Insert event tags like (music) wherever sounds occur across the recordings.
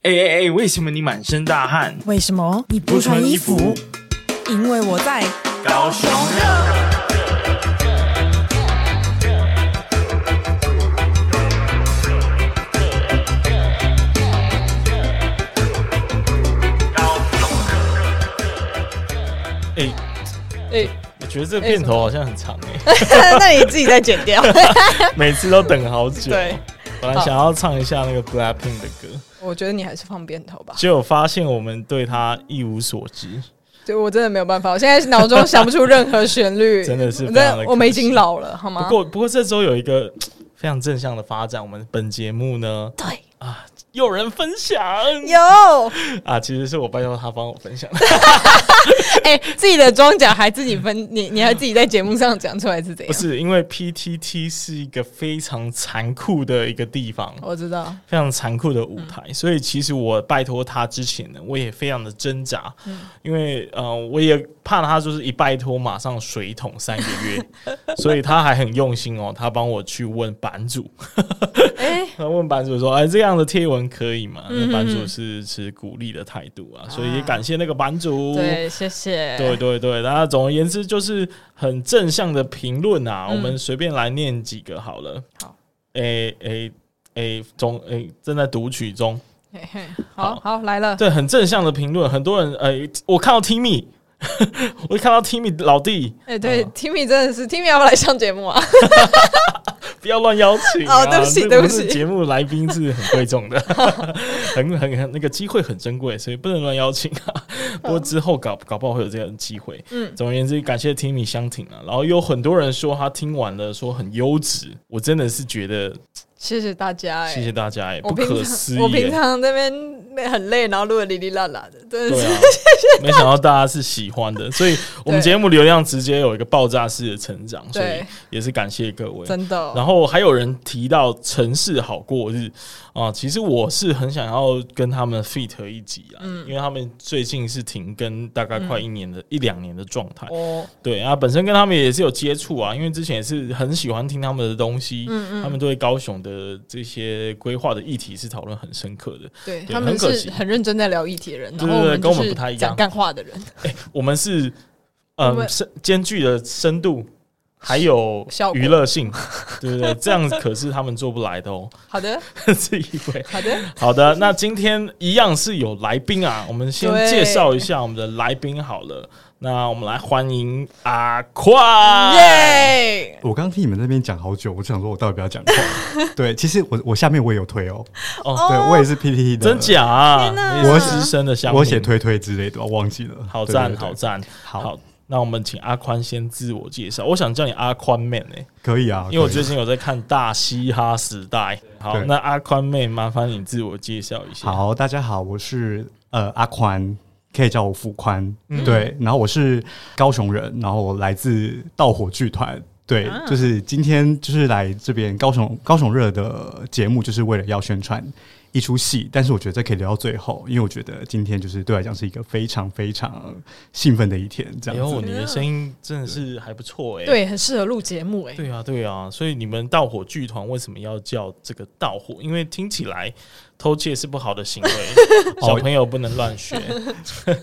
哎哎哎，为什么你满身大汗？为什么你不穿衣服？因为我在。高雄哎、 (laughs) 哎、我觉得这个片头好像很长哎、那你自己再剪 (laughs) 掉。每次都等好久。对，本来想要唱一下那个 Blackpink 的歌，我觉得你还是放片头吧。结果发现我们对他一无所知。对，我真的没有办法，我现在脑中想不出任何旋律， (laughs) 真的是我非常的可惜我们已经老了，好不吗？过，不过这周有一个非常正向的发展，我们本节目呢对，有人分享有啊，其实是我拜托他帮我分享的。 (laughs) 哎、自己的装甲还自己分，你你还自己在节目上讲出来是怎不样？是因为 PTT 是一个非常残酷的一个地方，哦我知道，非常残酷的舞台，所以其实我拜托他之前呢，我也非常的挣扎，因为呃，我也怕他就是一拜托马上水桶三个月，所以他还很用心哦，他帮我去问版主，哎、他问版主说：“哎，这样的贴文可以吗？”嗯那版主是持鼓励的态度啊，所以也感谢那个版主。对，谢谢，对对对，那总而言之就是很正向的评论啊。嗯我们随便来念几个好了。好，诶诶诶，中诶正在读取中。嘿嘿，好好来了，对，很正向的评论，很多人诶，我看到 Timmy，我看到 Timmy 老弟，哎、对、t i m m y 真的是，Timmy 要不要来上节目啊？不要乱邀请、啊。哦对不起这对不是起节目来宾是很贵重的， (laughs) 很很很那个机会很珍贵，所以不能乱邀请啊。不过之后搞搞不好会有这样的机会。嗯总而言之，感谢 Timmy 相挺啊。然后有很多人说他听完了，说很优质，我真的是觉得谢谢大家、哎，谢谢大家、欸，我不平可常思议、我平欸。常那边很累，然后录的哩哩啦啦的，真的对是、 (laughs) 啊，没想到大家是喜欢的，所以我们对节目流量直接有一个爆炸式的成长，所以对也是感谢各位。真的。然后还有人提到城市好过日啊，其实我是很想要跟他们 fit 一集啊，嗯因为他们最近是停更大概快一年的、一两年的状态。哦，对啊，本身跟他们也是有接触啊，因为之前也是很喜欢听他们的东西，嗯他们对高雄的这些规划的议题是讨论很深刻的。对对他们很可是惜很认真在聊议题的人，对然后我对对们跟就我们是不太一样讲干话的人，我们是我嗯们深兼具了深度，还有效果娱乐 (laughs) 性，对不对？这样子可是他们做不来的哦，好的，自以为。好 (laughs) 的，好的，那今天一样是有来宾啊，我们先对介绍一下我们的来宾好了。那我们来欢迎阿快，哎耶！我刚听你们那边讲好久，我就想说我到底不要讲话。对，其实我我下面我也有推哦，哦对我也是 PPT 的，真？假、啊？天哪你是资深的香，嗯我写，推推之类的，我忘记了。好对赞，对对好赞，好好。那我们请阿宽先自我介绍，我想叫你阿宽 man 哎、可以啊，因为我可以最近有在看《大嘻哈时代》。好，对那阿宽妹，麻烦你自我介绍一下。，好，大家好，我是呃阿宽，可以叫我付宽，对，然后我是高雄人，然后我来自盗火剧团。对，就是今天就是来这边高雄高雄热的节目，就是为了要宣传一出戏，但是我觉得这可以留到最后，因为我觉得今天就是对我来讲是一个非常非常兴奋的一天，这哎样呦，子。你的声音真的是还不错哎、对，很适合录节目哎。对啊，对啊，所以你们盗火剧团为什么要叫这个盗火？因为听起来偷窃是不好的 (laughs) 行为，小朋友不能乱学。 (laughs)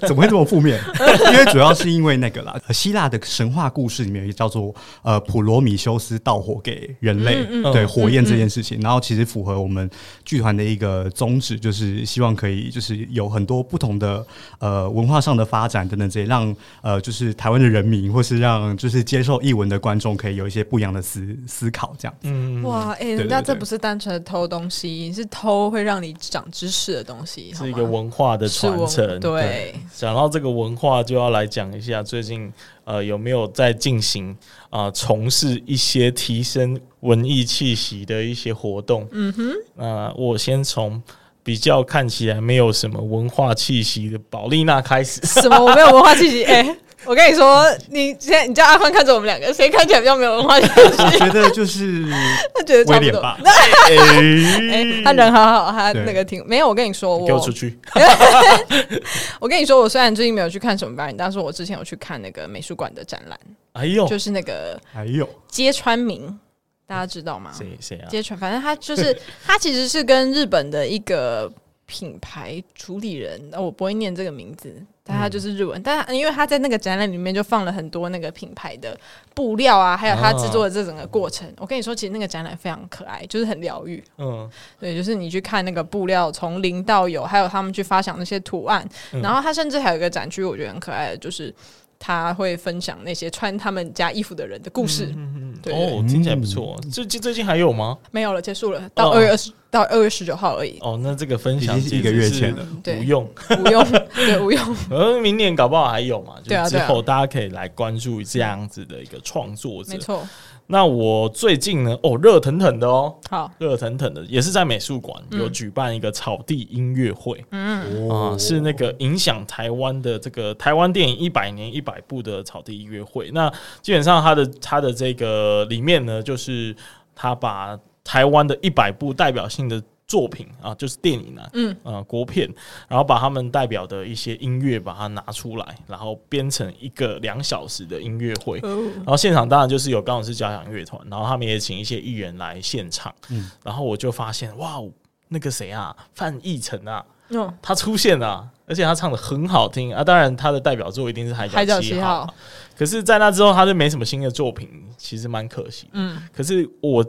怎么会这么负面？ (laughs) 因为主要是因为那个啦，呃希腊的神话故事里面有一个叫做呃普罗米修斯盗火给人类，嗯对火焰这件事情，然后其实符合我们剧团的一个宗旨，就是希望可以就是有很多不同的呃文化上的发展等等这些，让呃就是台湾的人民或是让就是接受译文的观众可以有一些不一样的思思考，这样嗯，哇，哎，人对家对这不是单纯的偷东西，是偷会让你长知识的东西，好是一吗个文化的是传我承。对，讲到这个文化，就要来讲一下最近呃有没有在进行啊从、事一些提升文艺气息的一些活动。嗯哼，那我先从比较看起来没有什么文化气息的宝丽娜开始。什么？我没有文化气息？哎，我跟你说，你现在你叫阿宽看着我们两个，谁看起来比较没有文化气息？我觉得 (laughs) 就是他觉得差威不廉多。吧，哎，他人很好，他对那个挺没有。我跟你说，给我我出去！我跟你说，我虽然最近没有去看什么表演，但是我之前有去看那个美术馆的展览，哎呦，就是那个还有揭川明，大家知道吗？谁谁啊？ (laughs) 揭川，反正他就是他其实是跟日本的一个品牌主理人，呃我不会念这个名字，但他就是日嗯文。但他因为他在那个展览里面就放了很多那个品牌的布料啊，还有他制作的这整个过啊程。我跟你说，其实那个展览非常可爱，就是很疗愈。嗯对，就是你去看那个布料从零到有，还有他们去发想那些图案，嗯然后它甚至还有一个展区，我觉得很可爱的，就是他会分享那些穿他们家衣服的人的故事。嗯，对哦，听起来不错。嗯最近最近还有吗？没有了，结束了，到哦二月二十、到二月十九号而已，哦，那这个分享已经是一个简直月前是了对无用。无用，对，无用。呃，明年搞不好还有嘛，就对啊之对啊后大家可以来关注这样子的一个创作者没。错，那我最近呢，哦，热腾腾的哦，好，热腾腾的，也是在美术馆嗯有举办一个草地音乐会哦啊、是那个影响台湾的这个台湾电影一百年一百部的草地音乐会。那基本上它的它的这个里面呢，就是他把台湾的一百部代表性的作品啊，就是电影啊，嗯，呃，国片，然后把他们代表的一些音乐把它拿出来，然后编成一个两小时的音乐会。哦然后现场当然就是有高雄市交响乐团，然后他们也请一些艺人来现场，然后我就发现哇，那个谁啊，范逸臣啊，嗯，他出现了、而且他唱的很好听啊，当然他的代表作一定是《海海角角七七号》号，可是，在那之后他就没什么新的作品，其实蛮可惜。嗯，可是我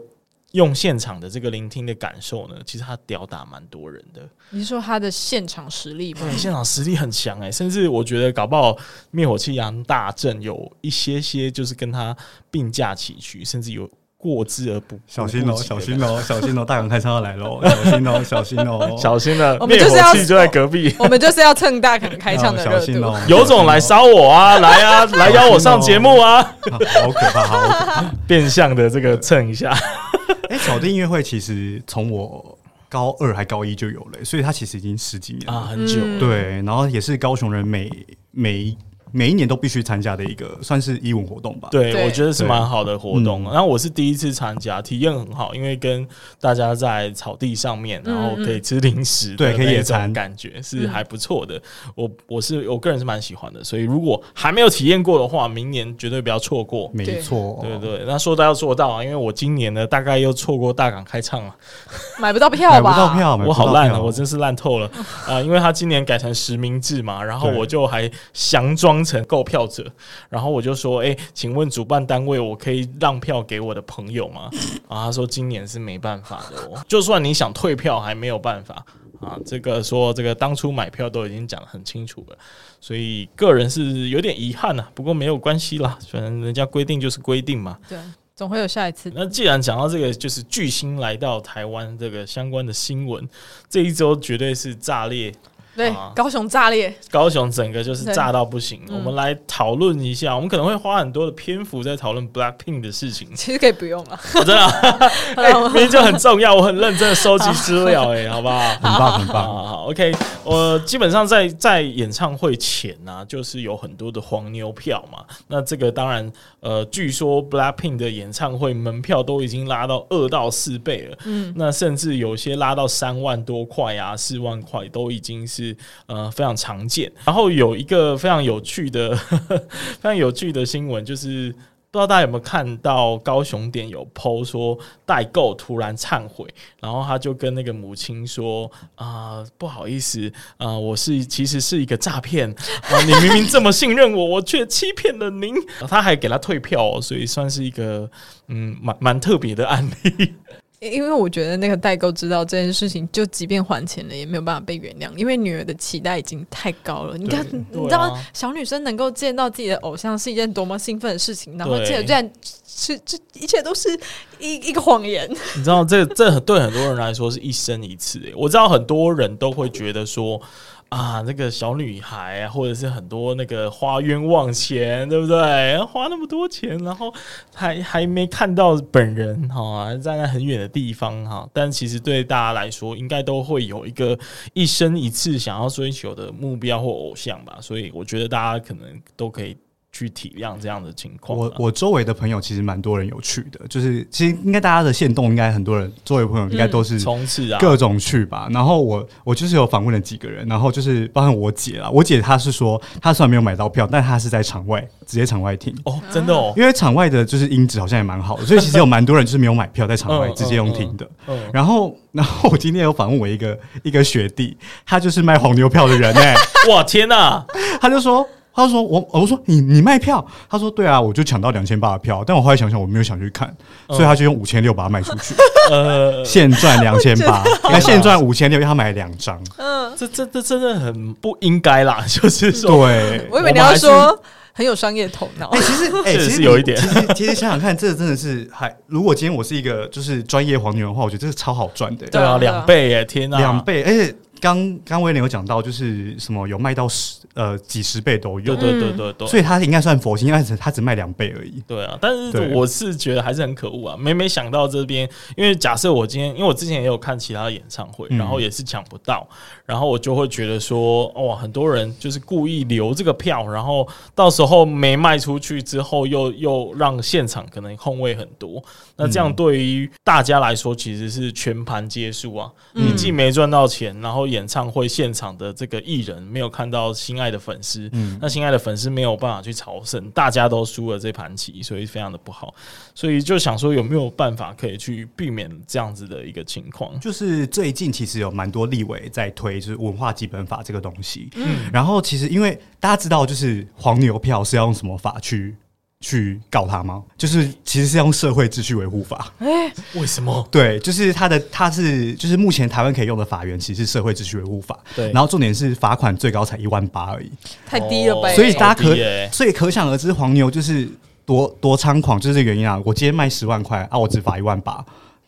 用现场的这个聆听的感受呢，其实他吊打蛮多人的，你是说他的现场实力吗？对，现场实力很强哎、甚至我觉得搞不好灭火器杨大正有一些些就是跟他并驾齐驱，甚至有过之而不小心 (laughs) 哦，不及的小感心觉哦，小心哦，大港开唱要来喽！小心哦， (laughs) 小心哦，小心了，我们灭就是要火器就在隔 (laughs) 壁。我们就是要蹭大肯开唱的小热心度哦，，有种来烧，烧我啊！来啊，来邀我上节目啊！ (laughs) 好可怕，好可怕！变相的这个蹭一下， (laughs) 哎，草地音乐会其实从我高二还高一就有了、所以它其实已经十几年了。啊，很久嗯了对，然后也是高雄人每每每一年都必须参加的一个，算是义文活动吧。，对，对我觉得是蛮好的活动。嗯然后我是第一次参加，体验很好，因为跟大家在草地上面，然后可以吃零食，嗯对可以野餐感觉是还不错的。我我是我个人是蛮喜欢的，所以如果还没有体验过的话，明年绝对不要错过。没错，对对，那说到要做到啊，因为我今年呢大概又错过大港开唱啊了，买不到票吧？买不到票，买不我到票好烂啊，我真是烂透了啊、呃因为他今年改成实名制嘛，然后对我就还佯装成购票者，然后我就说：“哎、请问主办单位，我可以让票给我的朋友吗？”啊，他说今年是没办法的哦，就算你想退票，还没有办法啊。这个说这个当初买票都已经讲得很清楚了，所以个人是有点遗憾呐、啊不过没有关系啦，反正人家规定就是规定嘛。对，总会有下一次。那既然讲到这个，就是巨星来到台湾这个相关的新闻，这一周绝对是炸裂，对啊，高雄炸裂，高雄整个就是对，炸到不行。我们来讨论一下，我们可能会花很多的篇幅在讨论 Blackpink 的事情其实可以不用了。我真的啊， (laughs) 哎明明就很重要，我很认真的收集资料，哎，好不好？很棒，很啊， (laughs) 棒。好好，OK，我基本上在在演唱会前呢、就是有很多的黄牛票嘛。那这个当然，呃，据说 Blackpink 的演唱会门票都已经拉到二到四倍了，嗯，那甚至有些拉到三万多块啊，四万块都已经是呃非常常见。然后有一个非常有趣的、非常有趣的新闻，就是不知道大家有没有看到高雄点有 PO 说代购突然忏悔，然后他就跟那个母亲说啊、不好意思啊、我是其实是一个诈骗啊、你明明这么信任我，我却欺骗了您。他还给他退票、哦，所以算是一个嗯蛮蛮特别的案例。 (laughs) 因为我觉得那个代购知道这件事情，就即便还钱了，也没有办法被原谅，因为女儿的期待已经太高了。你看，对你知道对啊小女生能够见到自己的偶像是一件多么兴奋的事情，然后对这居然是这一切都是一一个谎言。你知道这这对很多人来说是一生一次、欸。我知道很多人都会觉得说啊，那个小女孩啊，或者是很多那个花冤枉钱，对不对？花那么多钱，然后还还没看到本人哈、还站在很远的地方哈、但其实对大家来说，应该都会有一个一生一次想要追求的目标或偶像吧。所以我觉得大家可能都可以。去体谅这样的情况啊。我我周围的朋友其实蛮多人有去的，就是其实应该大家的线动，应该很多人周围朋友应该都是冲刺啊，各种去吧。然后我我就是有访问了几个人，然后就是包含我姐啦，我姐她是说她虽然没有买到票，但她是在场外直接场外听。哦，真的哦，因为场外的就是音质好像也蛮好的，所以其实有蛮多人就是没有买票，在场外嗯直接用听的。嗯，然后，然后我今天有访问我一个一个学弟，他就是卖黄牛票的人哎、哇，天哪、他就说，他就说我我说你你卖票，他说对啊，我就抢到两千八的票，但我后来想想我没有想去看，所以他就用五千六把它卖出去，嗯 (laughs) 呃，现赚两千八，那现赚五千六，因为他买了两张，这这这真的很不应该啦， (laughs) 就是说，对。 (laughs) 我以为你要说很有商业头脑哎、，其实哎、确实其是实有一你点其实其实想想看，这真的是还，如果今天我是一个就是专业黄牛的话，我觉得这是超好赚的、对啊，两倍耶，天哪、两倍，而且刚刚威廉有讲到，就是什么有卖到十呃几十倍都有，对对对对对。所以他应该算佛心，因为他只他只卖两倍而已。对啊，但是对我是觉得还是很可恶啊！每每想到这边，因为假设我今天，因为我之前也有看其他的演唱会，嗯然后也是抢不到，然后我就会觉得说，哇，很多人就是故意留这个票，然后到时候没卖出去之后又，又让现场可能空位很多，那这样对于大家来说其实是全盘皆输啊！嗯你既没赚到钱，然后演唱会现场的这个艺人没有看到心爱的粉丝，嗯那心爱的粉丝没有办法去朝圣，大家都输了这盘棋，所以非常的不好。所以就想说有没有办法可以去避免这样子的一个情况？就是最近其实有蛮多立委在推，就是文化基本法这个东西。嗯，然后其实因为大家知道，就是黄牛票是要用什么法去去告他吗？就是其实是要用社会秩序维 (laughs) 护法。为什么？对，就是它的它是就是目前台湾可以用的法源其实是社会秩序维护法。对然后重点是罚款最高才一万八而已。太低了呗。哦所以大家超可低耶所以可想而知，黄牛就是多多猖狂，就是这个原因啊！我今天卖十万块啊，我只罚一万八，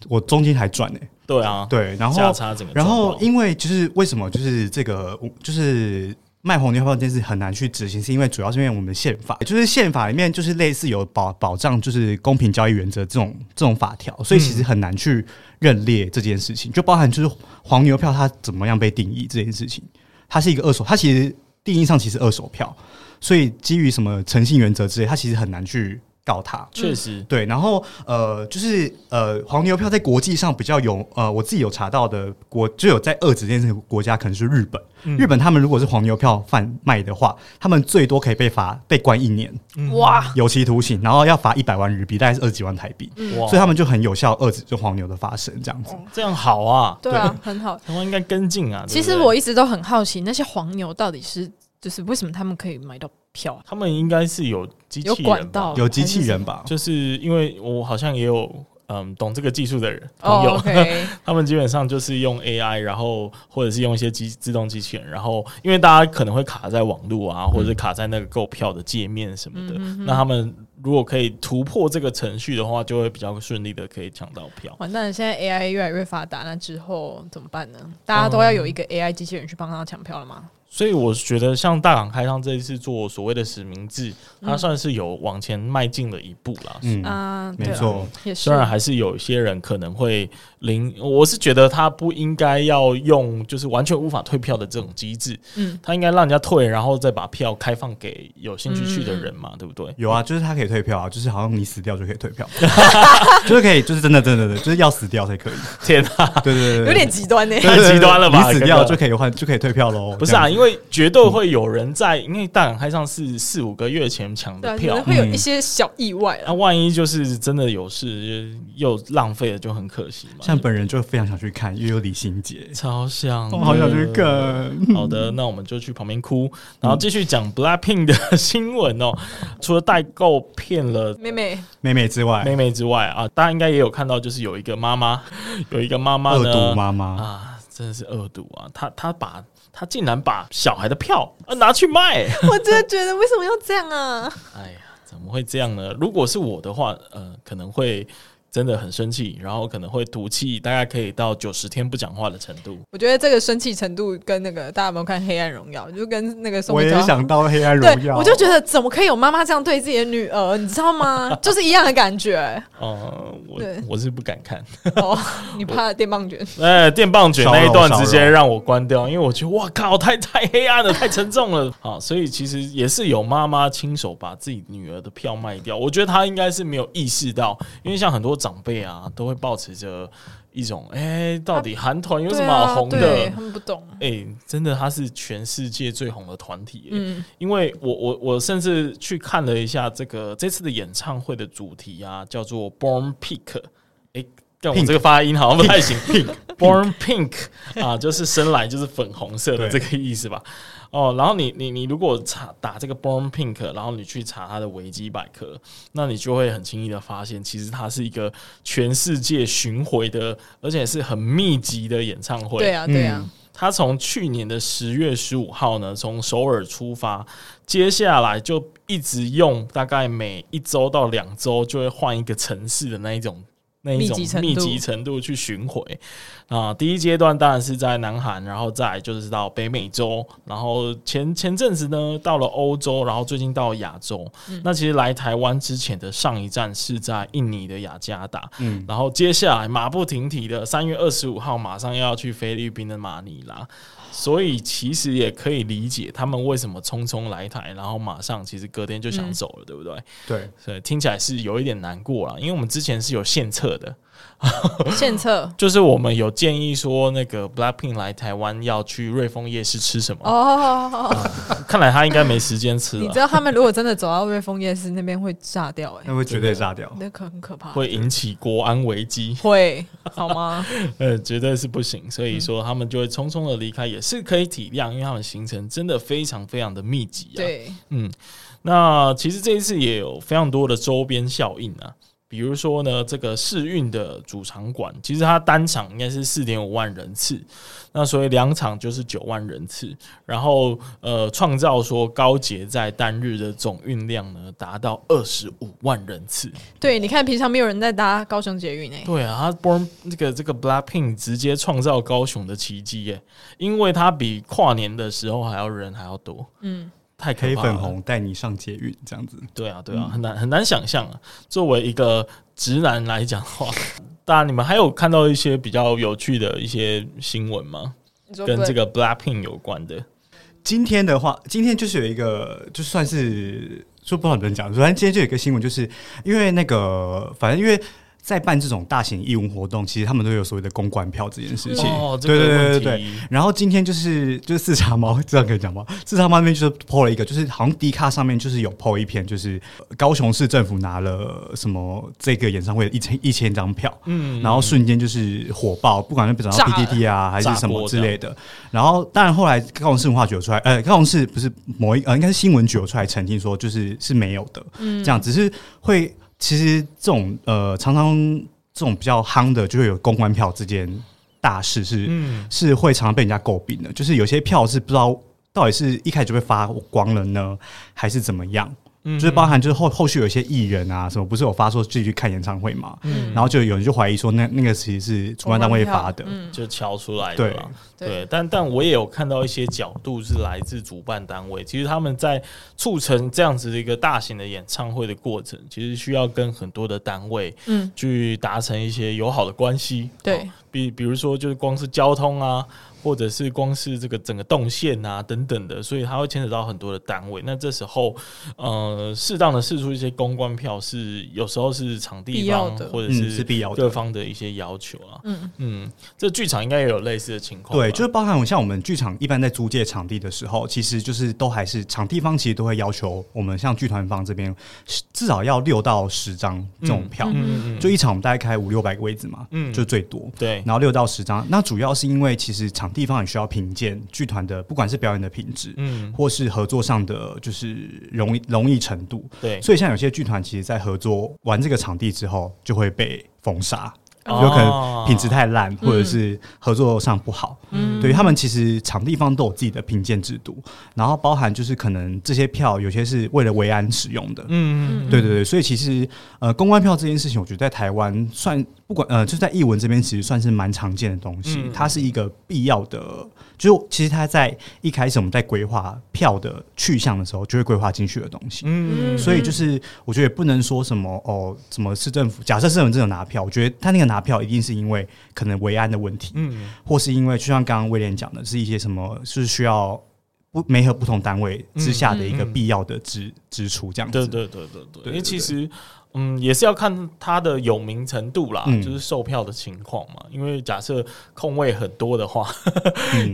我中间还赚呢、对啊，嗯对，然价后差整个然状后况因为就是为什么就是这个就是。卖黄牛票这件事很难去执行，是因为主要是因为我们的宪法，就是宪法里面就是类似有保保障就是公平交易原则这种这种法条，所以其实很难去认列这件事情，就包含就是黄牛票它怎么样被定义这件事情，它是一个二手，它其实定义上其实是二手票，所以基于什么诚信原则之类，它其实很难去告它。确实，对，然后呃，就是呃，黄牛票在国际上比较有呃，我自己有查到的国就有在遏制这件事情的国家，可能是日本。嗯日本他们如果是黄牛票贩卖的话，他们最多可以被罚被关一年，嗯哇，有期徒刑，然后要罚一百万日币，大概是二十几万台币。哇啊所以他们就很有效遏制就黄牛的发生，这样哦子。这样好啊，对啊，很好。台湾应该跟进啊。其对实不对我一直都很好奇，那些黄牛到底是就是为什么他们可以买到票啊？他们应该是有机器有人管吧道，有机器人吧？就是因为我好像也有嗯懂这个技术的人朋友哦、o k (laughs) 他们基本上就是用 AI，然后或者是用一些机自动机器人，然后因为大家可能会卡在网络啊，或者是卡在那个购票的界面什么的，那他们如果可以突破这个程序的话，就会比较顺利的可以抢到票。完蛋了！现在 AI 越来越发达，那之后怎么办呢？大家都要有一个 AI 机器人去帮他抢票了吗？所以我觉得像大港开唱这一次做所谓的实名制，它算是有往前迈进了一步啦。嗯，啊，没对啊错，也是虽。然还是有一些人可能会零，我是觉得他不应该要用就是完全无法退票的这种机制，嗯，他应该让人家退，然后再把票开放给有兴趣去的人嗯嘛，对不对？有啊，就是他可以退票啊，就是好像你死掉就可以退 (laughs) 票，就是可以，就是真的真的真的，就是要死掉才可以。天 (laughs) 啊，对对对对， (laughs) 有点极端 (laughs) 呢、欸太极端了吧 (laughs) 你死哥掉哥就可以换，就可以退票喽。不是啊，因为绝对会有人在，因为大港开上是四五个月前抢对的啊，可票能，会有一些小意外那了。万一就是真的有事，又浪费了，就很可惜嘛。像本人就非常想去看，又有李心洁， (laughs) 超像的，我好想去看。好的，那我们就去旁边哭，然后继续讲 Blackpink 的新闻哦。除了代购骗了。妹妹，妹妹之外，妹妹之外啊，大家应该也有看到，就是有一个妈妈， (laughs) 有一个 (laughs) 妈妈恶呢，毒妈妈，啊，真的是恶毒啊！她她把她竟然把小孩的票、啊、拿去卖， (laughs) 我真的觉得为什么要这样啊？哎呀，怎么会这样呢？如果是我的话，呃，可能会真的很生气，然后可能会赌气，大概可以到九十天不讲话的程度。我觉得这个生气程度跟那个大家有没有看《黑暗荣耀》，就跟那个宋我慧乔也想到黑暗荣对，耀，我就觉得怎么可以有妈妈这样对自己的女儿，你知道吗？就是一样的感觉。 (laughs) 呃，我对我是不敢看。哦，你怕电棒卷？哎，电棒卷那一段骚扰直接让我关掉，因为我觉得哇靠，太太黑暗了，太沉重了。好，所以其实也是有妈妈亲手把自己女儿的票卖掉。我觉得她应该是没有意识到，因为像很多长辈啊，都会抱持着一种哎、到底韩团有什么好红对啊对的？他们不懂。哎、真的，他是全世界最红的团体、欸。嗯因为我我我甚至去看了一下这个这次的演唱会的主题啊，叫做 Born Pink。哎，但我 Pink 这个发音好像不太行。Born (laughs) Pink 啊，就是生来就是粉红色的这对个意思吧？哦，然后你你你如果查打这个 Born Pink，然后你去查它的维基百科，那你就会很轻易的发现，其实它是一个全世界巡回的，而且是很密集的演唱会。对啊，对啊，他从去年的十月十五号呢，从首尔出发，接下来就一直用大概每一周到两周就会换一个城市的那一种那一种密集程度密集程度去巡回啊。第一阶段当然是在南韩，然后再来就是到北美洲，然后前前阵子呢到了欧洲，然后最近到了亚洲。嗯那其实来台湾之前的上一站是在印尼的雅加达，嗯，然后接下来马不停蹄的三月二十五号马上要去菲律宾的马尼拉，所以其实也可以理解他们为什么匆匆来台，然后马上其实隔天就想走了，对不嗯对？对，所以听起来是有一点难过了，因为我们之前是有献策的，嗯献策。 (laughs) 就是我们有建议说那个 Blackpink 来台湾要去瑞丰夜市吃什么，哦，看来他应该没时间吃啊你知了。道他们如果真的走到瑞丰夜市那边会炸掉哎、那会绝对炸掉。那可很可怕，嗯会引起国安危 (laughs) 机，会好 (laughs) 吗？呃，绝对是不行，所以说他们就会匆匆的离开，也是可以体谅，因为他们行程真的非常非常的密集啊。对，嗯，那其实这一次也有非常多的周边效应啊，比如说呢，这个试运的主场馆，其实它单场应该是四点五万人次，那所以两场就是九万人次，然后呃，创造说高捷在单日的总运量呢达到二十五万人次。对，你看平常没有人在搭高雄捷运哎、对啊，他 Born 这个这个 Blackpink 直接创造高雄的奇迹耶，因为它比跨年的时候还要人还要多，嗯，太可黑怕了粉。红带你上捷运这样子，对啊，嗯对啊，很难很难想象啊。作为一个直男来讲的话， (laughs) 当然你们还有看到一些比较有趣的一些新闻吗？你说跟不这个 Blackpink 有关的，今天的话，今天就是有一个，就算是说不好能讲，反正今天就有一个新闻，就是因为那个，反正因为。在办这种大型义文活动，其实他们都有所谓的公关票这件事情。哦，这对个对对对问对，题，然后今天就是就是四茶猫，这样可以讲吗？四茶猫那边就是 PO 了一个，就是好像 D 卡上面就是有 PO 一篇，就是呃高雄市政府拿了什么这个演唱会的一千一千张票，嗯然后瞬间就是火爆，不管是转炸到了 PTT 啊还是炸什锅么之类的。然后当然后来高雄市文化局有出来，呃，高雄市不是某一呃应该是新闻局有出来澄清说，就是是没有的，嗯这样只是会其实这种呃常常这种比较夯的就会有公关票之间。大事是嗯，是会常常被人家诟病的，就是有些票是不知道到底是一开始就被发光了呢，还是怎么样？嗯就是包含就是后后续有一些艺人啊什么，不是有发说自己去看演唱会嘛，嗯然后就有人就怀疑说那那个其实是主办单位发的，嗯，就敲出来的啦。对对，但但我也有看到一些角度是来自主办单位，其实他们在促成这样子的一个大型的演唱会的过程，其实需要跟很多的单位，嗯，去达成一些友好的关系。对哦比比如说就是光是交通啊，或者是光是这个整个动线啊等等的，所以它会牵扯到很多的单位。那这时候，呃，适当的试出一些公关票是有时候是场地必要方的或者嗯是是必要的对方的一些要求啊。嗯嗯，这剧场应该也有类似的情况吧。对，就是包含像我们剧场一般在租借场地的时候，其实就是都还是场地方其实都会要求我们像剧团方这边至少要六到十张这种票，嗯嗯嗯，就一场我们大概开五六百个位置嘛，嗯就最多。对，然后六到十张。那主要是因为其实场地方也需要评鉴剧团的，不管是表演的品质，嗯或是合作上的就是容易容易程度。对，所以像有些剧团，其实在合作完这个场地之后，就会被封杀。有可哦能品质太烂，或者是合作上不好。嗯对他们其实场地方都有自己的评鉴制度，然后包含就是可能这些票有些是为了维安使用的，嗯，对对对，所以其实呃公关票这件事情，我觉得在台湾算不管呃就在译文这边其实算是蛮常见的东西，嗯它是一个必要的，就是其实它在一开始我们在规划票的去向的时候，就会规划进去的东西。嗯所以就是，我觉得也不能说什么哦，怎么市政府？假设市政府真的有拿票，我觉得他那个拿票一定是因为可能维安的问题，嗯或是因为就像刚刚威廉讲的，是一些什么是需要不媒合不同单位之下的一个嗯嗯嗯必要的支、支出这样子。对对对对对，因对为其实嗯也是要看它的有名程度啦，嗯就是售票的情况嘛。因为假设空位很多的话，嗯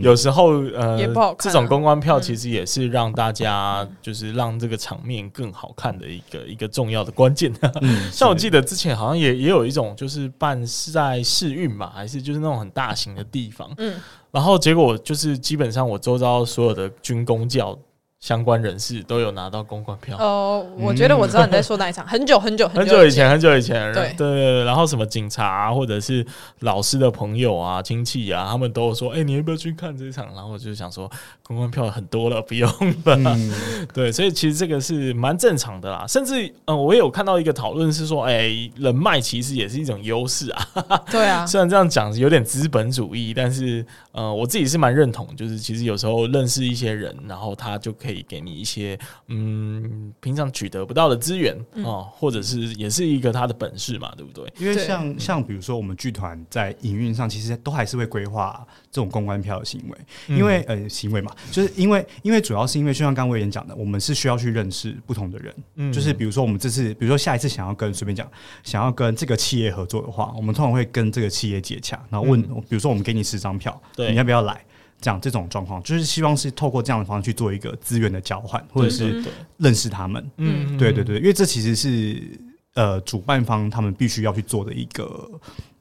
(laughs) 有时候呃也不好看这啊种公关票其实也是让大家就是让这个场面更好看的一个一个重要的关键。啊嗯， (laughs) 像我是记得之前好像也也有一种，就是办是在试运嘛，还是就是那种很大型的地方，嗯，然后结果就是基本上我周遭所有的军工教相关人士都有拿到公关票。哦，我觉得我知道你在说哪一场，很久很久很久久以前，很久以前，对对对对，然后什么警察、啊、或者是老师的朋友啊、亲戚啊，他们都有说：“哎、你要不要去看这一场？”然后我就想说，公关票很多了，不用了。嗯 (laughs) 对，所以其实这个是蛮正常的啦。甚至，嗯、我也有看到一个讨论是说，哎、人脉其实也是一种优势啊。 (laughs) 对啊，虽然这样讲有点资本主义，但是，呃，我自己是蛮认同，就是其实有时候认识一些人，然后他就可以给你一些，嗯，平常取得不到的资源哦、或者是也是一个他的本事嘛，对不对？因为对像像比如说我们剧团在营运上，其实都还是会规划这种公关票的行为，因嗯为呃行为嘛，就是因为因为主要是因为就像刚刚魏言讲的，我们是需要去认识不同的人，嗯就是比如说我们这次，比如说下一次想要跟随便讲，想要跟这个企业合作的话，我们通常会跟这个企业接洽，然后问，比如说我们给你十张票，嗯对你要不要来？这样这种状况，就是希望是透过这样的方式去做一个资源的交换，或者对是对对认识他们。嗯，对对对，因为这其实是呃主办方他们必须要去做的一个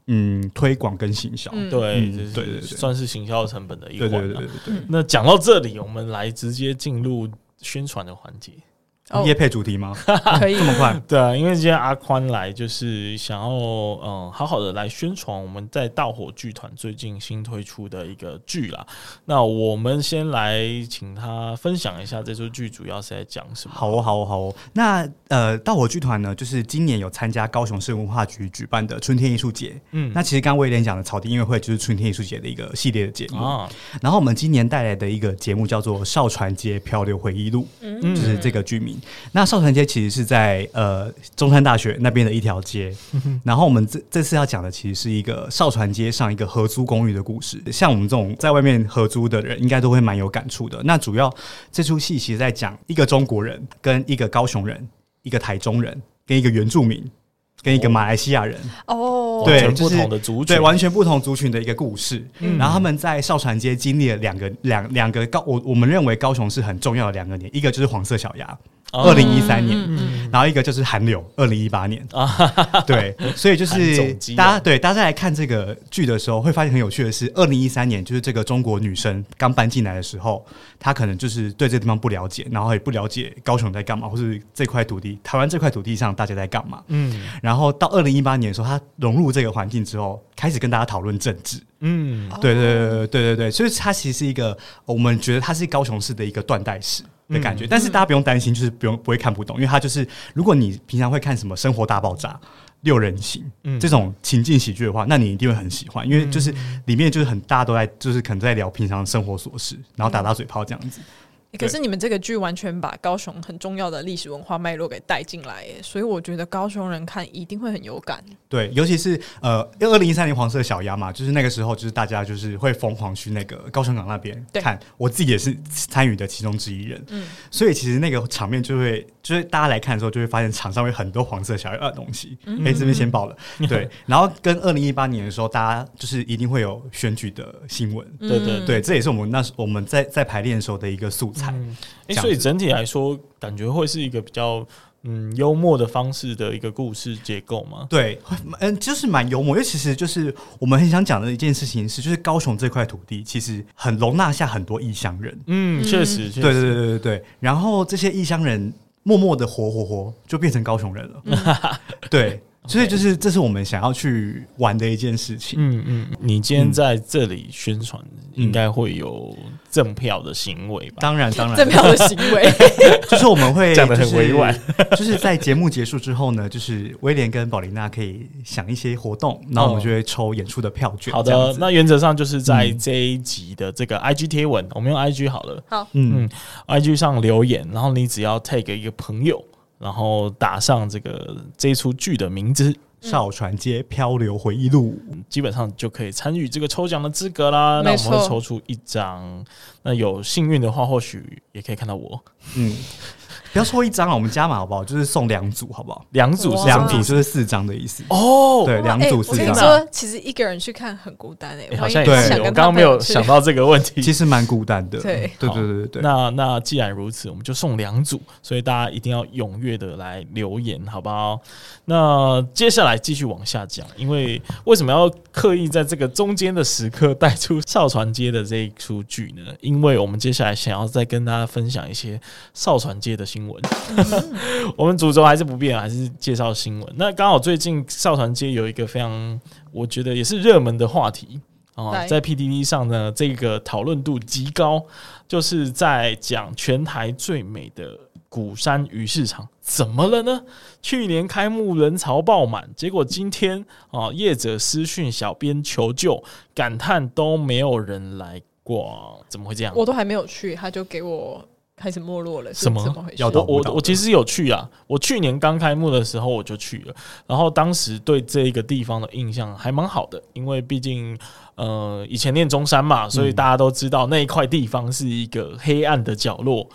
嗯推广跟行销。嗯对嗯这是对对对算是行销成本的一对环、对对对。对那讲到这里，我们来直接进入宣传的环节。对，哦夜配主题吗？ (laughs) 可以这么快？对啊，因为今天阿宽来就是想要嗯好好的来宣传我们在大火剧团最近新推出的一个剧啦。那我们先来请他分享一下这出剧主要是在讲什么。好哦，好哦，好哦。那呃，大火剧团呢，就是今年有参加高雄市文化局举办的春天艺术节。嗯那其实刚刚威廉讲的草地音乐会就是春天艺术节的一个系列的节目。哦啊，然后我们今年带来的一个节目叫做《少船街漂流回忆录》。嗯就是这个居民。那少船街其实是在呃中山大学那边的一条街，然后我们这这次要讲的其实是一个少船街上一个合租公寓的故事。像我们这种在外面合租的人，应该都会蛮有感触的。那主要这出戏其实在讲一个中国人跟一个高雄人，一个台中人跟一个原住民。跟一个马来西亚人，哦，对完全不就是同的族群，对完全不同族群的一个故事。嗯然后他们在少船街经历了两个两两个高，我我们认为高雄是很重要的两个年，一个就是黄色小鸭，哦二零一三年，嗯然后一个就是寒流，二零一 (laughs) 八年对，所以就寒是啊总机啊大家对大家在来看这个剧的时候，会发现很有趣的是，二零一三年就是这个中国女生刚搬进来的时候，她可能就是对这个地方不了解，然后也不了解高雄在干嘛，或是这块土地台湾这块土地上大家在干嘛。嗯然后到二零一八年的时候，她融入这个环境之后，开始跟大家讨论政治。嗯对对对对对对对，所以它其实是一个我们觉得它是高雄市的一个断代史的感觉，但是大家不用担心，就是不用不会看不懂，因为它就是如果你平常会看什么《生活大爆炸》。六人行、嗯这种情境喜剧的话，那你一定会很喜欢，因为就是里面就是很大家都在就是可能在聊平常生活琐事，然后打打嘴炮这样子。可是你们这个剧完全把高雄很重要的历史文化脉络给带进来耶，所以我觉得高雄人看一定会很 (laughs) 有感。对，尤其是呃，二零一三年黄色小鸭嘛，就是那个时候，就是大家就是会疯狂去那个高雄港那边对看，我自己也是参与的其中之一人。嗯，所以其实那个场面就会，就是大家来看的时候，就会发现场上会很多黄色小鸭的东西。哎、这边先报了，对。然后跟二零一八年的时候，大家就是一定会有选举的新闻。对对对，这也是我们那时我们在在排练的时候的一个素材。嗯，诶这样所以子整体来说，感觉会是一个比较嗯幽默的方式的一个故事结构吗？对，会嗯，就是蛮幽默，因为其实就是我们很想讲的一件事情是，就是高雄这块土地其实很容纳下很多异乡人，嗯，确实，确对对实对对对对，然嗯 (laughs) 后这些异乡人默默的活活活就变成高雄人了，对。所以就是这是我们想要去玩的一件事情。嗯嗯，你今天在这里宣传，嗯应该会有赠票的行为吧？当然，当正然，票的行 (laughs) 为，就是我们会讲得很委婉， (laughs) 就是就是在节目结束之后呢，就是威廉跟宝琳娜可以想一些活动，然后我们就会抽演出的票券。嗯好这样的，子嗯那原则上就是在这一集的这个 IG 贴文，我们用 IG 好了好，嗯，嗯，IG 上留言，然后你只要 tag 一个朋友，然后打上这个这一出剧的名字，少船街漂流回忆录，基本上就可以参与这个抽奖的资格啦。那没我错们会抽出一张，那有幸运的话，或许也可以看到我嗯，不要说一张了，我们加码好不好？就是送两组好不好？两组哇是两两组组就是四张的意思。哦，对，两哎组我四跟你张，说，其实一个人去看很孤单哎、诶万好一像对也是，想我跟刚刚他没朋友有去想到这个问题。其实蛮孤单的。对对好对对对对。那那既然如此，我们就送两组，所以大家一定要踊跃的来留言，好不好？那接下来继续往下讲，因为为什么要刻意在这个中间的时刻带出少船街的这一出剧呢？因为我们接下来想要再跟大家分享一些少船街的新闻。我们主轴还是不变，还啊是介绍新闻。那刚好最近少船街有一个非常，我觉得也是热门的话题哦来，在 PTT 上呢，这个讨论度极高，就是在讲全台最美的鼓山鱼市场怎么了呢？去年开幕人潮爆满，结果今天啊，业者私讯小编求救，感叹都没有人来逛，怎么会这样？我都还没有去，他就给我开始没落了，是什么怎么回事要？我到我的我其实有去啊，我去年刚开幕的时候我就去了，然后当时对这个地方的印象还蛮好的，因为毕竟呃以前念中山嘛，所以大家都知道那一块地方是一个黑暗的角落、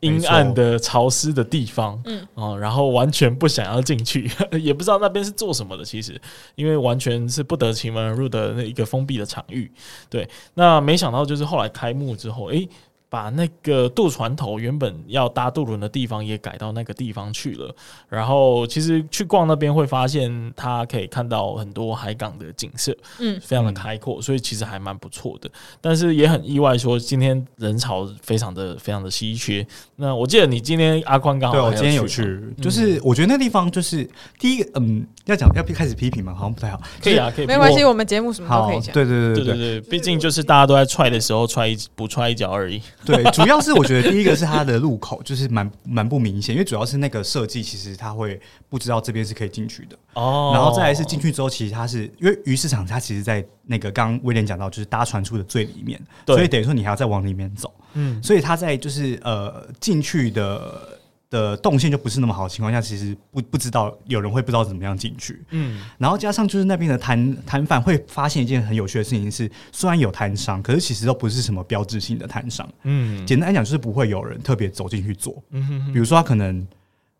阴暗的潮湿的地方，嗯哦、然后完全不想要进去， (laughs) 也不知道那边是做什么的，其实因为完全是不得其门而入的那一个封闭的场域，对，那没想到就是后来开幕之后，诶、把那个渡船头原本要搭渡轮的地方也改到那个地方去了。然后其实去逛那边会发现，它可以看到很多海港的景色，嗯非常的开阔，所以其实还蛮不错的。但是也很意外，说今天人潮非常的非常的稀缺。那我记得你今天阿宽刚好对，我还今天有去吗，嗯去，就是我觉得那地方就是第一个，嗯，要讲要开始批评嘛，好像不太好。可以啊，可以，没关系，我。我们节目什么都好可以，讲。对对对对对对，对毕竟就是大家都在踹的时候踹一不踹一脚而已。对，对主要是我觉得第一个是它的入口就是蛮蛮不明显，因为主要是那个设计，其实它会不知道这边是可以进去的。哦然后再来是进去之后，其实它是因为鱼市场，它其实在那个刚刚威廉讲到，就是搭船出的最里面，对所以等于说你还要再往里面走，嗯嗯，所以它在就是呃进去的的动线就不是那么好的情况下，其实不不知道有人会不知道怎么样进去，嗯，然后加上就是那边的摊摊贩会发现一件很有趣的事情是，虽然有摊商，可是其实都不是什么标志性的摊商，嗯简单来讲就是不会有人特别走进去做，嗯哼哼比如说他可能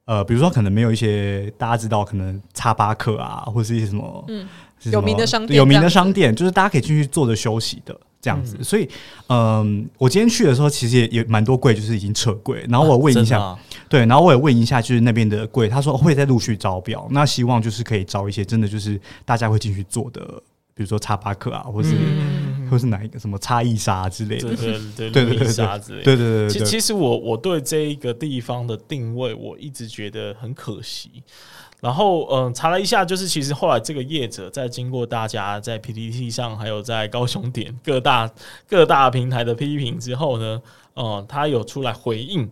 呃，比如说他可能没有一些大家知道可能叉巴克啊，或是一些什么嗯是什么有名的商店对有名的商店，就是大家可以进去坐着休息的。这样子，所以，嗯，我今天去的时候，其实也也蛮多柜就是已经撤柜，然后我有问一下，真的啊对，然后我也问一下，就是那边的柜，他说会再陆续招标，那希望就是可以招一些真的就是大家会进去做的，比如说叉巴克啊，或是、嗯或是哪一个什么差异沙之类的对，对对对路对易对莎之类的对对对对其对，其实我我对这一个地方的定位，我一直觉得很可惜。然后嗯，查了一下，就是其实后来这个业者在经过大家在 PTT 上，还有在高雄点各大各大平台的批评之后呢，嗯，他有出来回应。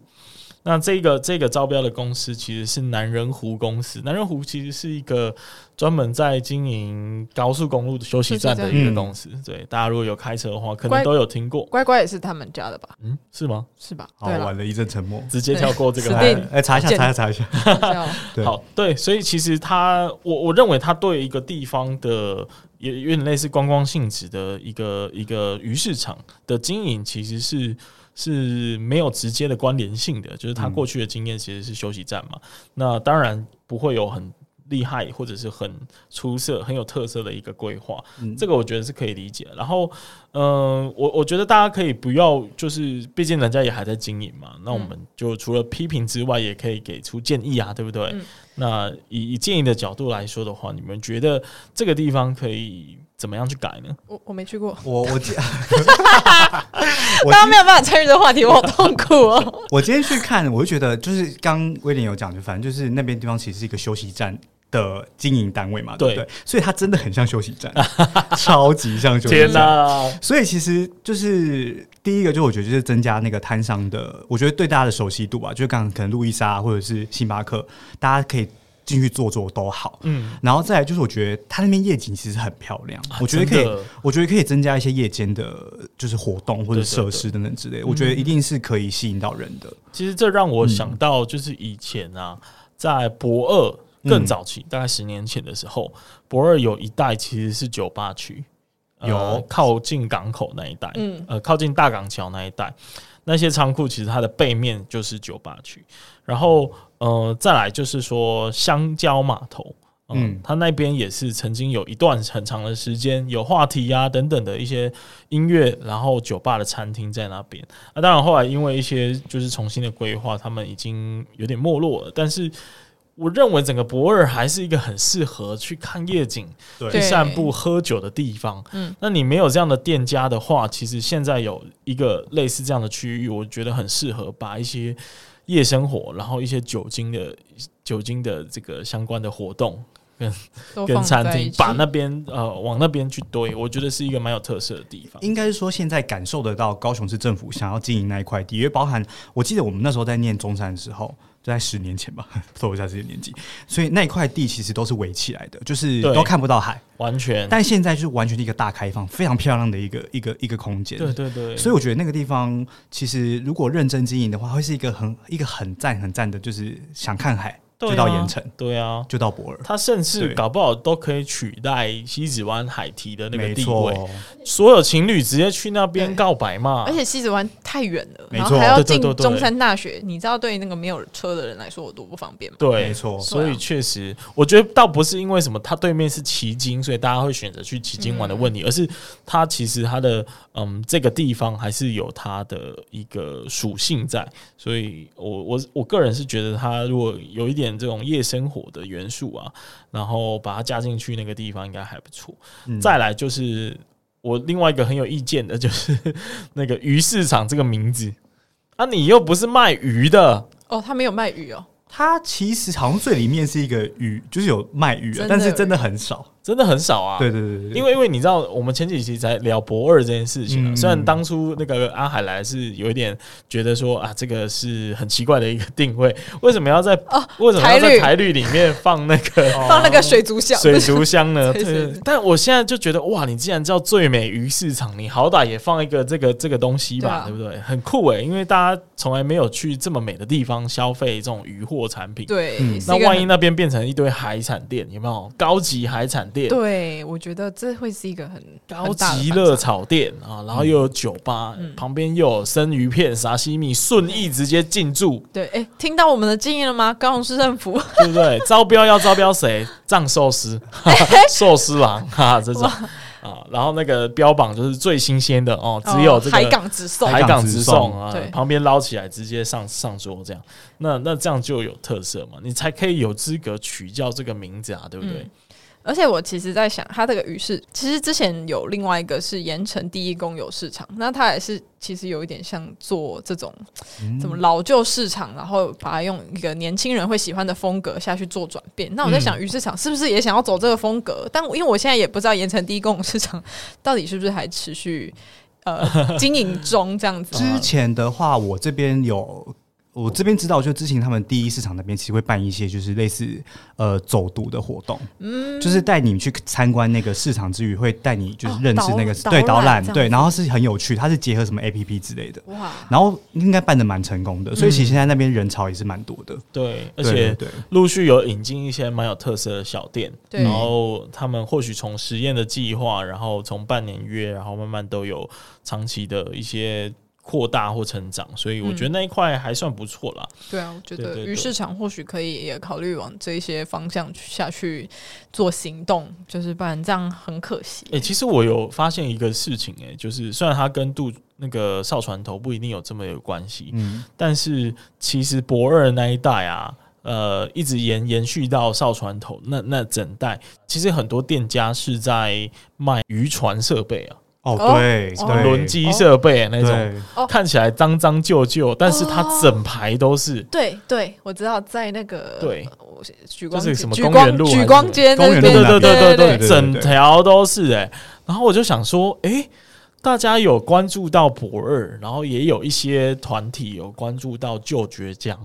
那这个这个招标的公司其实是南仁湖公司，南仁湖其实是一个专门在经营高速公路的休息站的一个嗯公司。对，大家如果有开车的话，可能乖都有听过。乖乖也是他们家的吧？嗯，是吗？是吧？好对了玩，了一阵沉默，直接跳过 (laughs) 这个对话死题。定哎，查一下，查一下，查 (laughs) 一下，叫对，好，对，所以其实他，我我认为他对一个地方的也有点类似观光性质的一个一个鱼市场的经营，其实是是没有直接的关联性的，就是他过去的经验其实是休息站嘛，那当然不会有很。厉害或者是很出色、很有特色的一个规划，嗯这个我觉得是可以理解。然后，嗯、我我觉得大家可以不要，就是毕竟人家也还在经营嘛，那我们就除了批评之外，也可以给出建议啊，对不对？嗯那以以建议的角度来说的话，你们觉得这个地方可以怎么样去改呢？我我没去过，我我记我大家记没有办法参与这个话题，我好痛苦哦。我今天去看，我就觉得就是刚威廉有讲，就反正就是那边地方其实是一个休息站的经营单位嘛，对对不对？所以它真的很像休息站， (laughs) 超级像休息天站。哪、所以其实就是第一个，就我觉得就是增加那个摊商的，我觉得对大家的熟悉度啊吧，就刚刚可能路易莎或者是星巴克，大家可以进去坐坐都好。嗯，啊然后再来就是，我觉得它那边夜景其实很漂亮，我觉得可真以的，我觉得可以增加一些夜间的，就是活动或者对对嗯设施等等之类的，我觉得一定是可以吸引到人的。其实这让我想到，就是以前啊，在博二更早期，大概十年前的时候，博二有一带其实是酒吧区，呃有靠近港口那一带，嗯呃，靠近大港桥那一带，那些仓库其实它的背面就是酒吧区，然后呃，再来就是说香蕉码头。嗯嗯，它那边也是曾经有一段很长的时间有话题啊等等的一些音乐，然后酒吧的餐厅在那边。那、当然后来因为一些就是重新的规划，他们已经有点没落了。但是我认为整个博尔还是一个很适合去看夜景、去对散步、喝酒的地方。嗯嗯，那你没有这样的店家的话，其实现在有一个类似这样的区域，我觉得很适合把一些夜生活，然后一些酒精的酒精的这个相关的活动 (laughs) 都跟放餐在一厅起，把那边呃往那边去堆，我觉得是一个蛮有特色的地方。应该是说现在感受得到高雄市政府想要经营那一块地，因为包含我记得我们那时候在念中山的时候，就在十年前吧， (laughs) 说一下自己的年纪，所以那一块地其实都是围起来的，就是对都看不到海，完全，但现在就是完全的一个大开放，非常漂亮的一个一个一个空间。对对对，所以我觉得那个地方其实如果认真经营的话，会是一个很一个很赞很赞的，就是想看海对啊就到盐城，对啊，就到博尔，它甚至对搞不好都可以取代西子湾海堤的那个没地错位，，哦所有情侣直接去那边对告白嘛。而且西子湾太远了，没然后错还要啊对对进对对中山大学，你知道对那个没有车的人来说有多不方便吗？对，没错所以确实，我觉得倒不是因为什么，它对面是奇经，所以大家会选择去奇经玩的问题，而是它其实它的嗯这个地方还是有它的一个属性在，所以我我我个人是觉得它如果有一点这种夜生活的元素啊，然后把它加进去那个地方应该还不错。嗯再来就是我另外一个很有意见的，就是那个鱼市场这个名字，啊，你又不是卖鱼的。哦，他没有卖鱼哦，它其实好像最里面是一个鱼，就是有卖鱼真的啊，但是有真的很少。真的很少啊！对对对对，因为因为你知道，我们前几期才聊博二这件事情、啊，嗯虽然当初那个阿海来是有一点觉得说啊，这个是很奇怪的一个定位，为什么要在、哦为什么要台在旅台旅里面放那哦个放那个水族箱，哦 (laughs) 水族箱 (laughs) 呢？水对水族但我现在就觉得哇，你既然叫最美鱼市场，你好歹也放一个这个这个东西吧，对啊对不对？很酷诶、因为大家从来没有去这么美的地方消费这种渔货产品。对，嗯是那一个万一很那边变成一堆海产店，有没有高级海产店？对，我觉得这会是一个很高很大的级反热差嗯炒店啊，然后又有酒吧，旁边又有生鱼片、沙西米，顺义直接进 (laughs) 驻，对，哎、听到我们的建议了吗？高雄市政府对不对？招标要招标谁？藏寿 (laughs) 司、寿司郎哈、这种啊，然后那个标榜就是最新鲜的哦，只有这海个。港直送，海港港直直送送啊对，旁边捞起来直接上上桌这样，那那这样就有特色嘛，你才可以有资格取叫这个名字啊，对不对？嗯而且我其实在想，它这个鱼市其实之前有另外一个是盐城第一公有市场，那它也是其实有一点像做这种嗯怎么老旧市场，然后把它用一个年轻人会喜欢的风格下去做转变。那我嗯在想，鱼市场是不是也想要走这个风格？但我因为我现在也不知道盐城第一公有市场到底是不是还持续 (laughs) 呃经营中这样子。之前的话，我这边有，我这边知道，就之前他们第一市场那边其实会办一些就是类似呃走读的活动，嗯，就是带你去参观那个市场之余，会带你就是认识那个、哦导对导览览这样对，然后是很有趣，它是结合什么 A P P 之类的，哇，然后应该办的蛮成功的，所以其实现在那边人潮也是蛮多的，对，而对且对对陆续有引进一些蛮有特色的小店，对然后他们或许从实验的计划，然后从半年约，然后慢慢都有长期的一些扩大或成长，所以我觉得那一块还算不错啦。对啊，我觉对得对鱼对市场或许可以也考虑往这一些方向去下去做行动，就是不然这样很可惜。诶、其实我有发现一个事情、诶，就是虽然它跟渡那个少船头不一定有这么有关系，嗯，但是其实博二那一带啊，呃，一直延延续到少船头那那整带，其实很多店家是在卖渔船设备啊。哦，对，哦对轮机设备那种，对，哦看起来脏脏旧旧，但是它整排都是。对对，我知道在那个对我举光就是什么举公园光路还举是光街那公园边，路对对那边对哦对对，对整条都是哎、然后我就想说，哎、大家有关注到博二，然后也有一些团体有关注到旧爵江，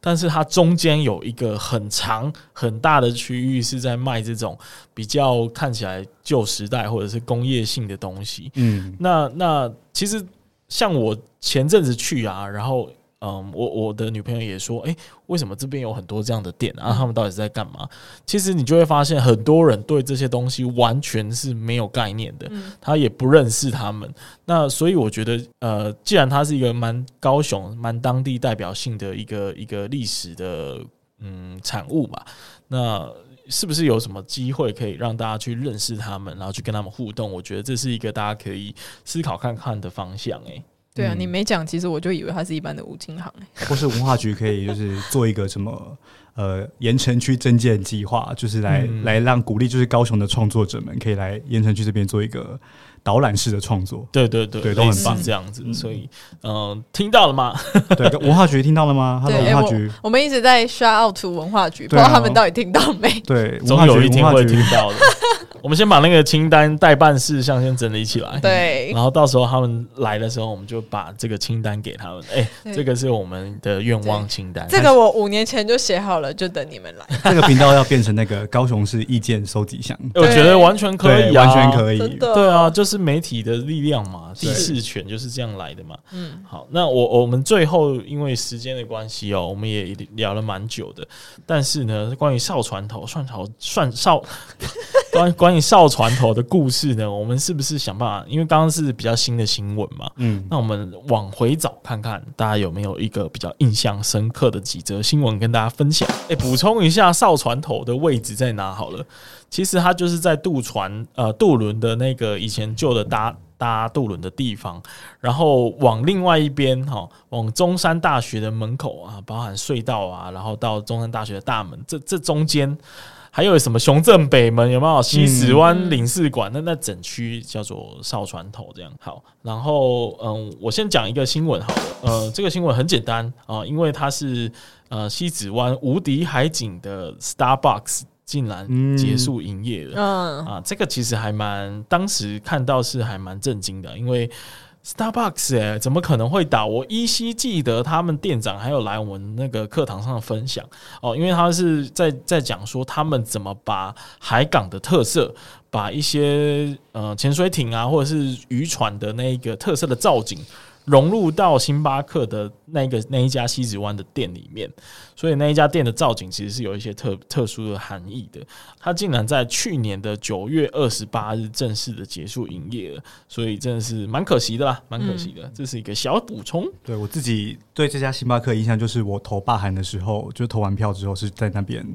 但是它中间有一个很长很大的区域是在卖这种比较看起来旧时代或者是工业性的东西。嗯，那那其实像我前阵子去啊，然后嗯，我我的女朋友也说，诶，为什么这边有很多这样的店啊？他们到底是在干嘛？其实你就会发现，很多人对这些东西完全是没有概念的，嗯他也不认识他们。那所以我觉得，呃，既然它是一个蛮高雄、蛮当地代表性的一个一个历史的嗯产物吧，那是不是有什么机会可以让大家去认识他们，然后去跟他们互动？我觉得这是一个大家可以思考看看的方向、欸。对啊，嗯你没讲，其实我就以为它是一般的五金行、欸 (laughs) 或是文化局可以就是做一个什么呃盐城区增建计划，就是来、嗯来让鼓励就是高雄的创作者们可以来盐城区这边做一个导览式的创 (laughs)。作对对对，对都很类似棒这样子。嗯所以，嗯、听到了吗？对，文化局听到了吗？Hello，哎对，文化我局。我们一直在 shout out to 文化局，不对知啊道他们到底听到嗯没？对，文总化局有一天文化会局听到的。我们先把那个清单代办事项先整理起来。。对，然后到时候他们来的时候，我们就把这个清单给他们。哎、对这个是我们的愿望清单。哎这个我五年前就写好了，就等你们来。 (laughs) 这个频道要变成那个高雄市意见收集箱，哎我觉得完全可以、对啊，完全可以。真的，对啊，，就是媒体的力量嘛，是第四权就是这样来的嘛。嗯，好，那我我们最后因为时间的关系哦，我们也聊了蛮久的，但是呢，关于少船头、蒜头、蒜少， (laughs) 关关于少船头的故事呢，我们是不是想办法？因为刚刚是比较新的新闻嘛，嗯，那我们往回找看看，大家有没有一个比较印象深刻的几则新闻跟大家分享？哎、补充一下少船头的位置在哪好了。其实它就是在渡船呃渡轮的那个以前旧的搭搭渡轮的地方，然后往另外一边哈、往中山大学的门口啊，包含隧道啊，然后到中山大学的大门，这这中间。还有什么雄镇北门有没有西子湾领事馆？那那整区叫做少船头这样。好，然后嗯，我先讲一个新闻好了。呃，这个新闻很简单啊、因为它是呃西子湾无敌海景的 Starbucks 竟然嗯结束营业了、嗯，啊！这个其实还蛮，当时看到是还蛮震惊的，因为 Starbucks 哎、怎么可能会倒？我依稀记得他们店长还有来我们那个课堂上分享哦，因为他是在在讲说他们怎么把海港的特色，把一些呃潜水艇啊或者是渔船的那个特色的造景。融入到星巴克的那个那一家西子湾的店里面，所以那一家店的造景其实是有一些特特殊的含义的。它竟然在去年的九月二十八日正式的结束营业了，所以真的是蛮可惜的啦，蛮可惜的。这是一个小补充， (laughs) 对我自己对这家星巴克的印象就是，我投罢韩的时候，就是投完票之后是在那边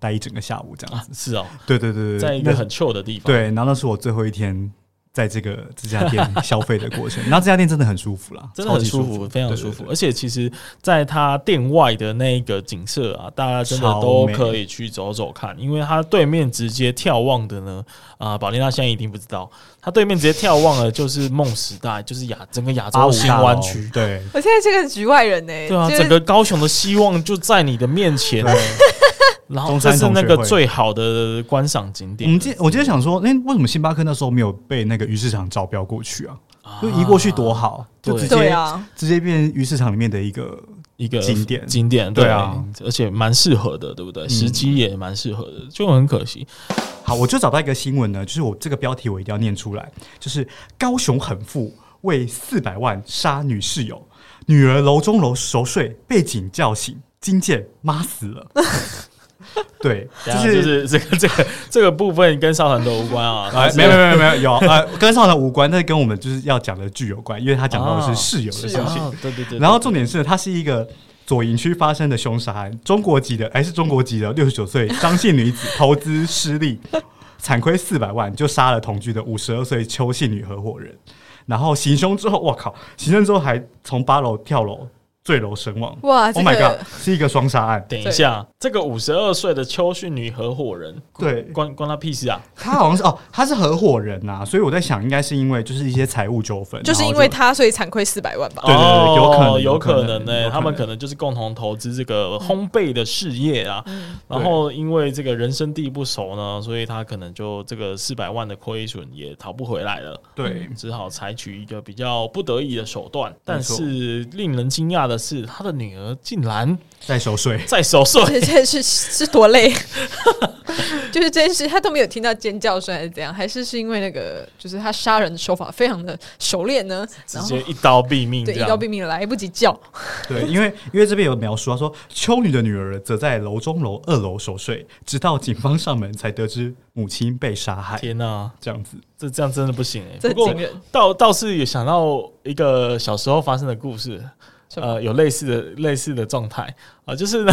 待一整个下午这样啊子。是哦，对对对对，在一那个很 chill 的地方，对，然后那是我最后一天在这个这家 (laughs) 店消费的过程。然后这家店真的很舒服啦，真的很超级舒舒服，非常舒服。而且且其实，在它店外的那个景色啊，大家真的都超美可以去走走看，因为它对面直接眺望的呢，啊，宝丽娜现在一定不知道，它对面直接眺望的就是梦时代，就是亚整个亚八洲五新大湾楼区。对我现在这个局外人呢、对啊，就是整个高雄的希望就在你的面前，对。 (laughs) 然后中这山是同那学个会最好的观赏景我点。们今我今天想说，哎、为什么星巴克那时候没有被那个鱼市场招标过去啊？啊就移过去多好，就对直对接、啊，直接变鱼市场里面的一个一个景点景点对对啊，嗯而且蛮适合的，对不对？时机也蛮适合的，就很可惜。好，我就找到一个新闻呢，就是我这个标题我一定要念出来，就是高雄很富为四百万杀女室友，女儿楼中楼熟睡被警叫醒，惊见妈死了。 (laughs) 等一下对，就是。啊就是这个这 (laughs) 个这个部分跟烧团都无关啊，哎它，是没有没有没有没有有呃，跟上的无关，但是跟我们就是要讲的剧有关，因为他讲到的是室友的事有情。啊对对对对。然后重点是，它是一个左营区发生的凶杀案，中国籍的，哎还是中国籍的六十九 (laughs) 岁张姓女子投资失利，惨亏四百万，就杀了同居的五十二岁邱姓女合伙人。然后行凶之后，我靠，行凶之后还从八楼跳楼坠楼身亡。哇，这 Oh 个、 my god，是一个双杀案。等一下，这个五十二岁的邱训女合伙人，对关关他屁事啊！他好像是哦，他是合伙人呐、所以我在想，应该是因为就是一些财务纠纷，就是因然后为他，所以惭愧四百万吧。对对对有可能哦有有可可能能呢、有可能他们可能就是共同投资这个烘焙的事业啊。嗯然后因为这个人生地不熟呢，所以他可能就这个四百万的亏损也讨不回来了。对只好采取一个比较不得已的手段。但错是令人惊讶的是，他的女儿竟然在守岁。在守岁。 (laughs) 这件事是多累， (laughs) 就是这件事他都没有听到尖叫声还是怎样，还是是因为那个就是他杀人的手法非常的熟练呢，直然后接一刀毙命，这对一样刀毙命来不及 (laughs) 叫，对，因为因为这边有描述，他说邱女的女儿则在楼中楼二楼守岁，直到警方上门才得知母亲被杀害，天哪、这样子。这这样真的不行哎、这不过很惊人倒倒是有想到一个小时候发生的故事，什么呃，有类似的类似的状态啊，就是呢，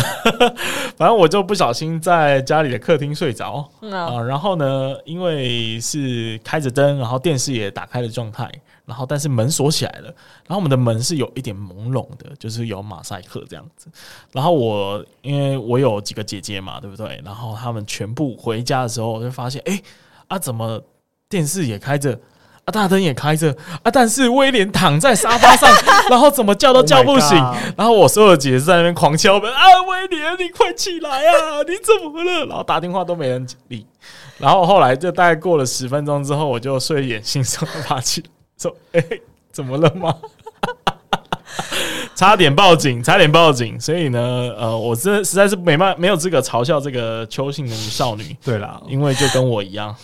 反正我就不小心在家里的客厅睡着啊、嗯啊然后呢，因为是开着灯，然后电视也打开的状态，然后但是门锁起来了，然后我们的门是有一点朦胧的，就是有马赛克这样子。然后我因为我有几个姐姐嘛，对不对？然后她们全部回家的时候，我就发现，哎、啊，怎么电视也开着？啊，大灯也开着啊，但是威廉躺在沙发上，然后怎么叫都叫不醒 Oh my god 然后我所有的姐姐在那边狂敲门啊，威廉，你快起来啊，你怎么了？然后打电话都没人理，然后后来就大概过了十分钟之后，我就睡眼惺忪地爬起来，说：“哎、怎么了吗？”差点报警，差点报警。所以呢，呃，我真的实在是没办没有资格嘲笑这个邱姓的少女，对啦，因为就跟我一 (laughs) 样。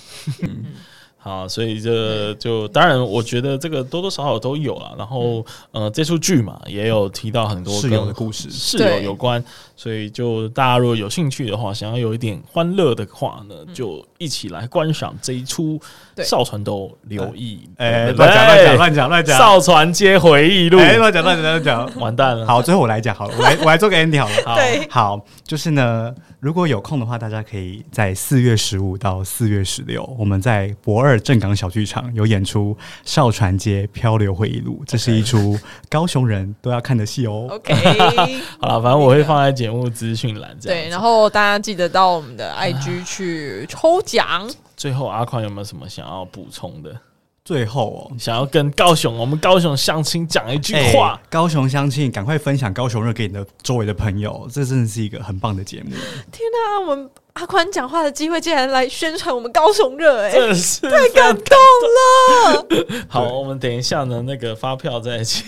嗯 (laughs) 好，所以这就当然，我觉得这个多多少少都有了。然后，嗯呃，这出剧嘛，也有提到很多室跟友的故事，室友对有关，所以就大家如果有兴趣的话，想要有一点欢乐的话呢，就一起来观赏这一出《嗯对少船都留意》哎，对不乱讲乱对讲乱讲乱讲，少船街回忆录》哎，乱讲乱讲乱讲。 (laughs) 完蛋了。好，最后我来讲好了，我来我来做个 ending 好了。好对好，就是呢，如果有空的话，大家可以在四月十五到四月十六，我们在博二正港小剧场有演出《少船街漂流回忆录》，这是一出高雄人都要看的戏哦。 ，OK， (laughs) 好了，反正我会放在节目资讯栏这样对，子。然后大家记得到我们的 IG 去抽奖，最后阿宽有没有什么想要补充的？最后哦。想要跟高雄我们高雄乡亲讲一句哎话？高雄相亲，赶快分享高雄热给你的周围的朋友，这真的是一个很棒的节目。天哪、我们阿宽讲话的机会竟然来宣传我们高雄热、哎，真的是太感动了，好，对我们等一下呢，那个发票在一起。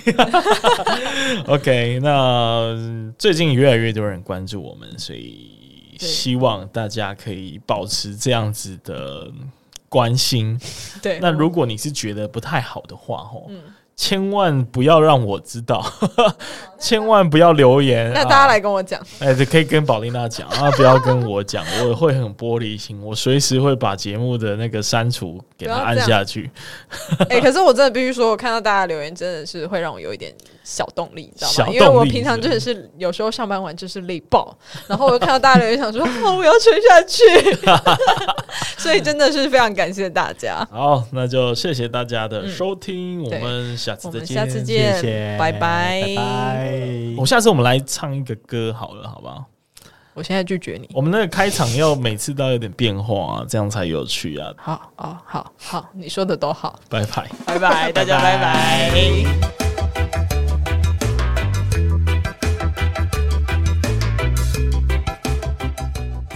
OK，那嗯最近越来越多人关注我们，所以对希望大家可以保持这样子的嗯关心。对，那如果你是觉得不太好的话，吼、千万不要让我知道， (laughs) 千万不要留言。那大家啊来跟我讲，哎，这可以跟宝丽娜讲啊，不要跟我讲，我会很玻璃心，我随时会把节目的那个删除给它不要按这样下去。 (laughs) 哎、可是我真的必须说，我看到大家留言真的是会让我有一点小动力，你知小道动吗？力因为我平常真的是有时候上班完就是累爆，然后我看到大家留言，想说哦，我要撑下去， (laughs) 所以真的是非常感谢大家，好，那就谢谢大家的收听，我嗯对们下次我再们见。下次见，谢谢，拜拜拜拜。我下次我们来唱一个歌好了，好不好？我现在拒绝你，我们那个开场要每次都要有点变化、啊，这样才有趣啊！好哦，好好，你说的都好，拜拜。拜拜，大家拜拜拜拜非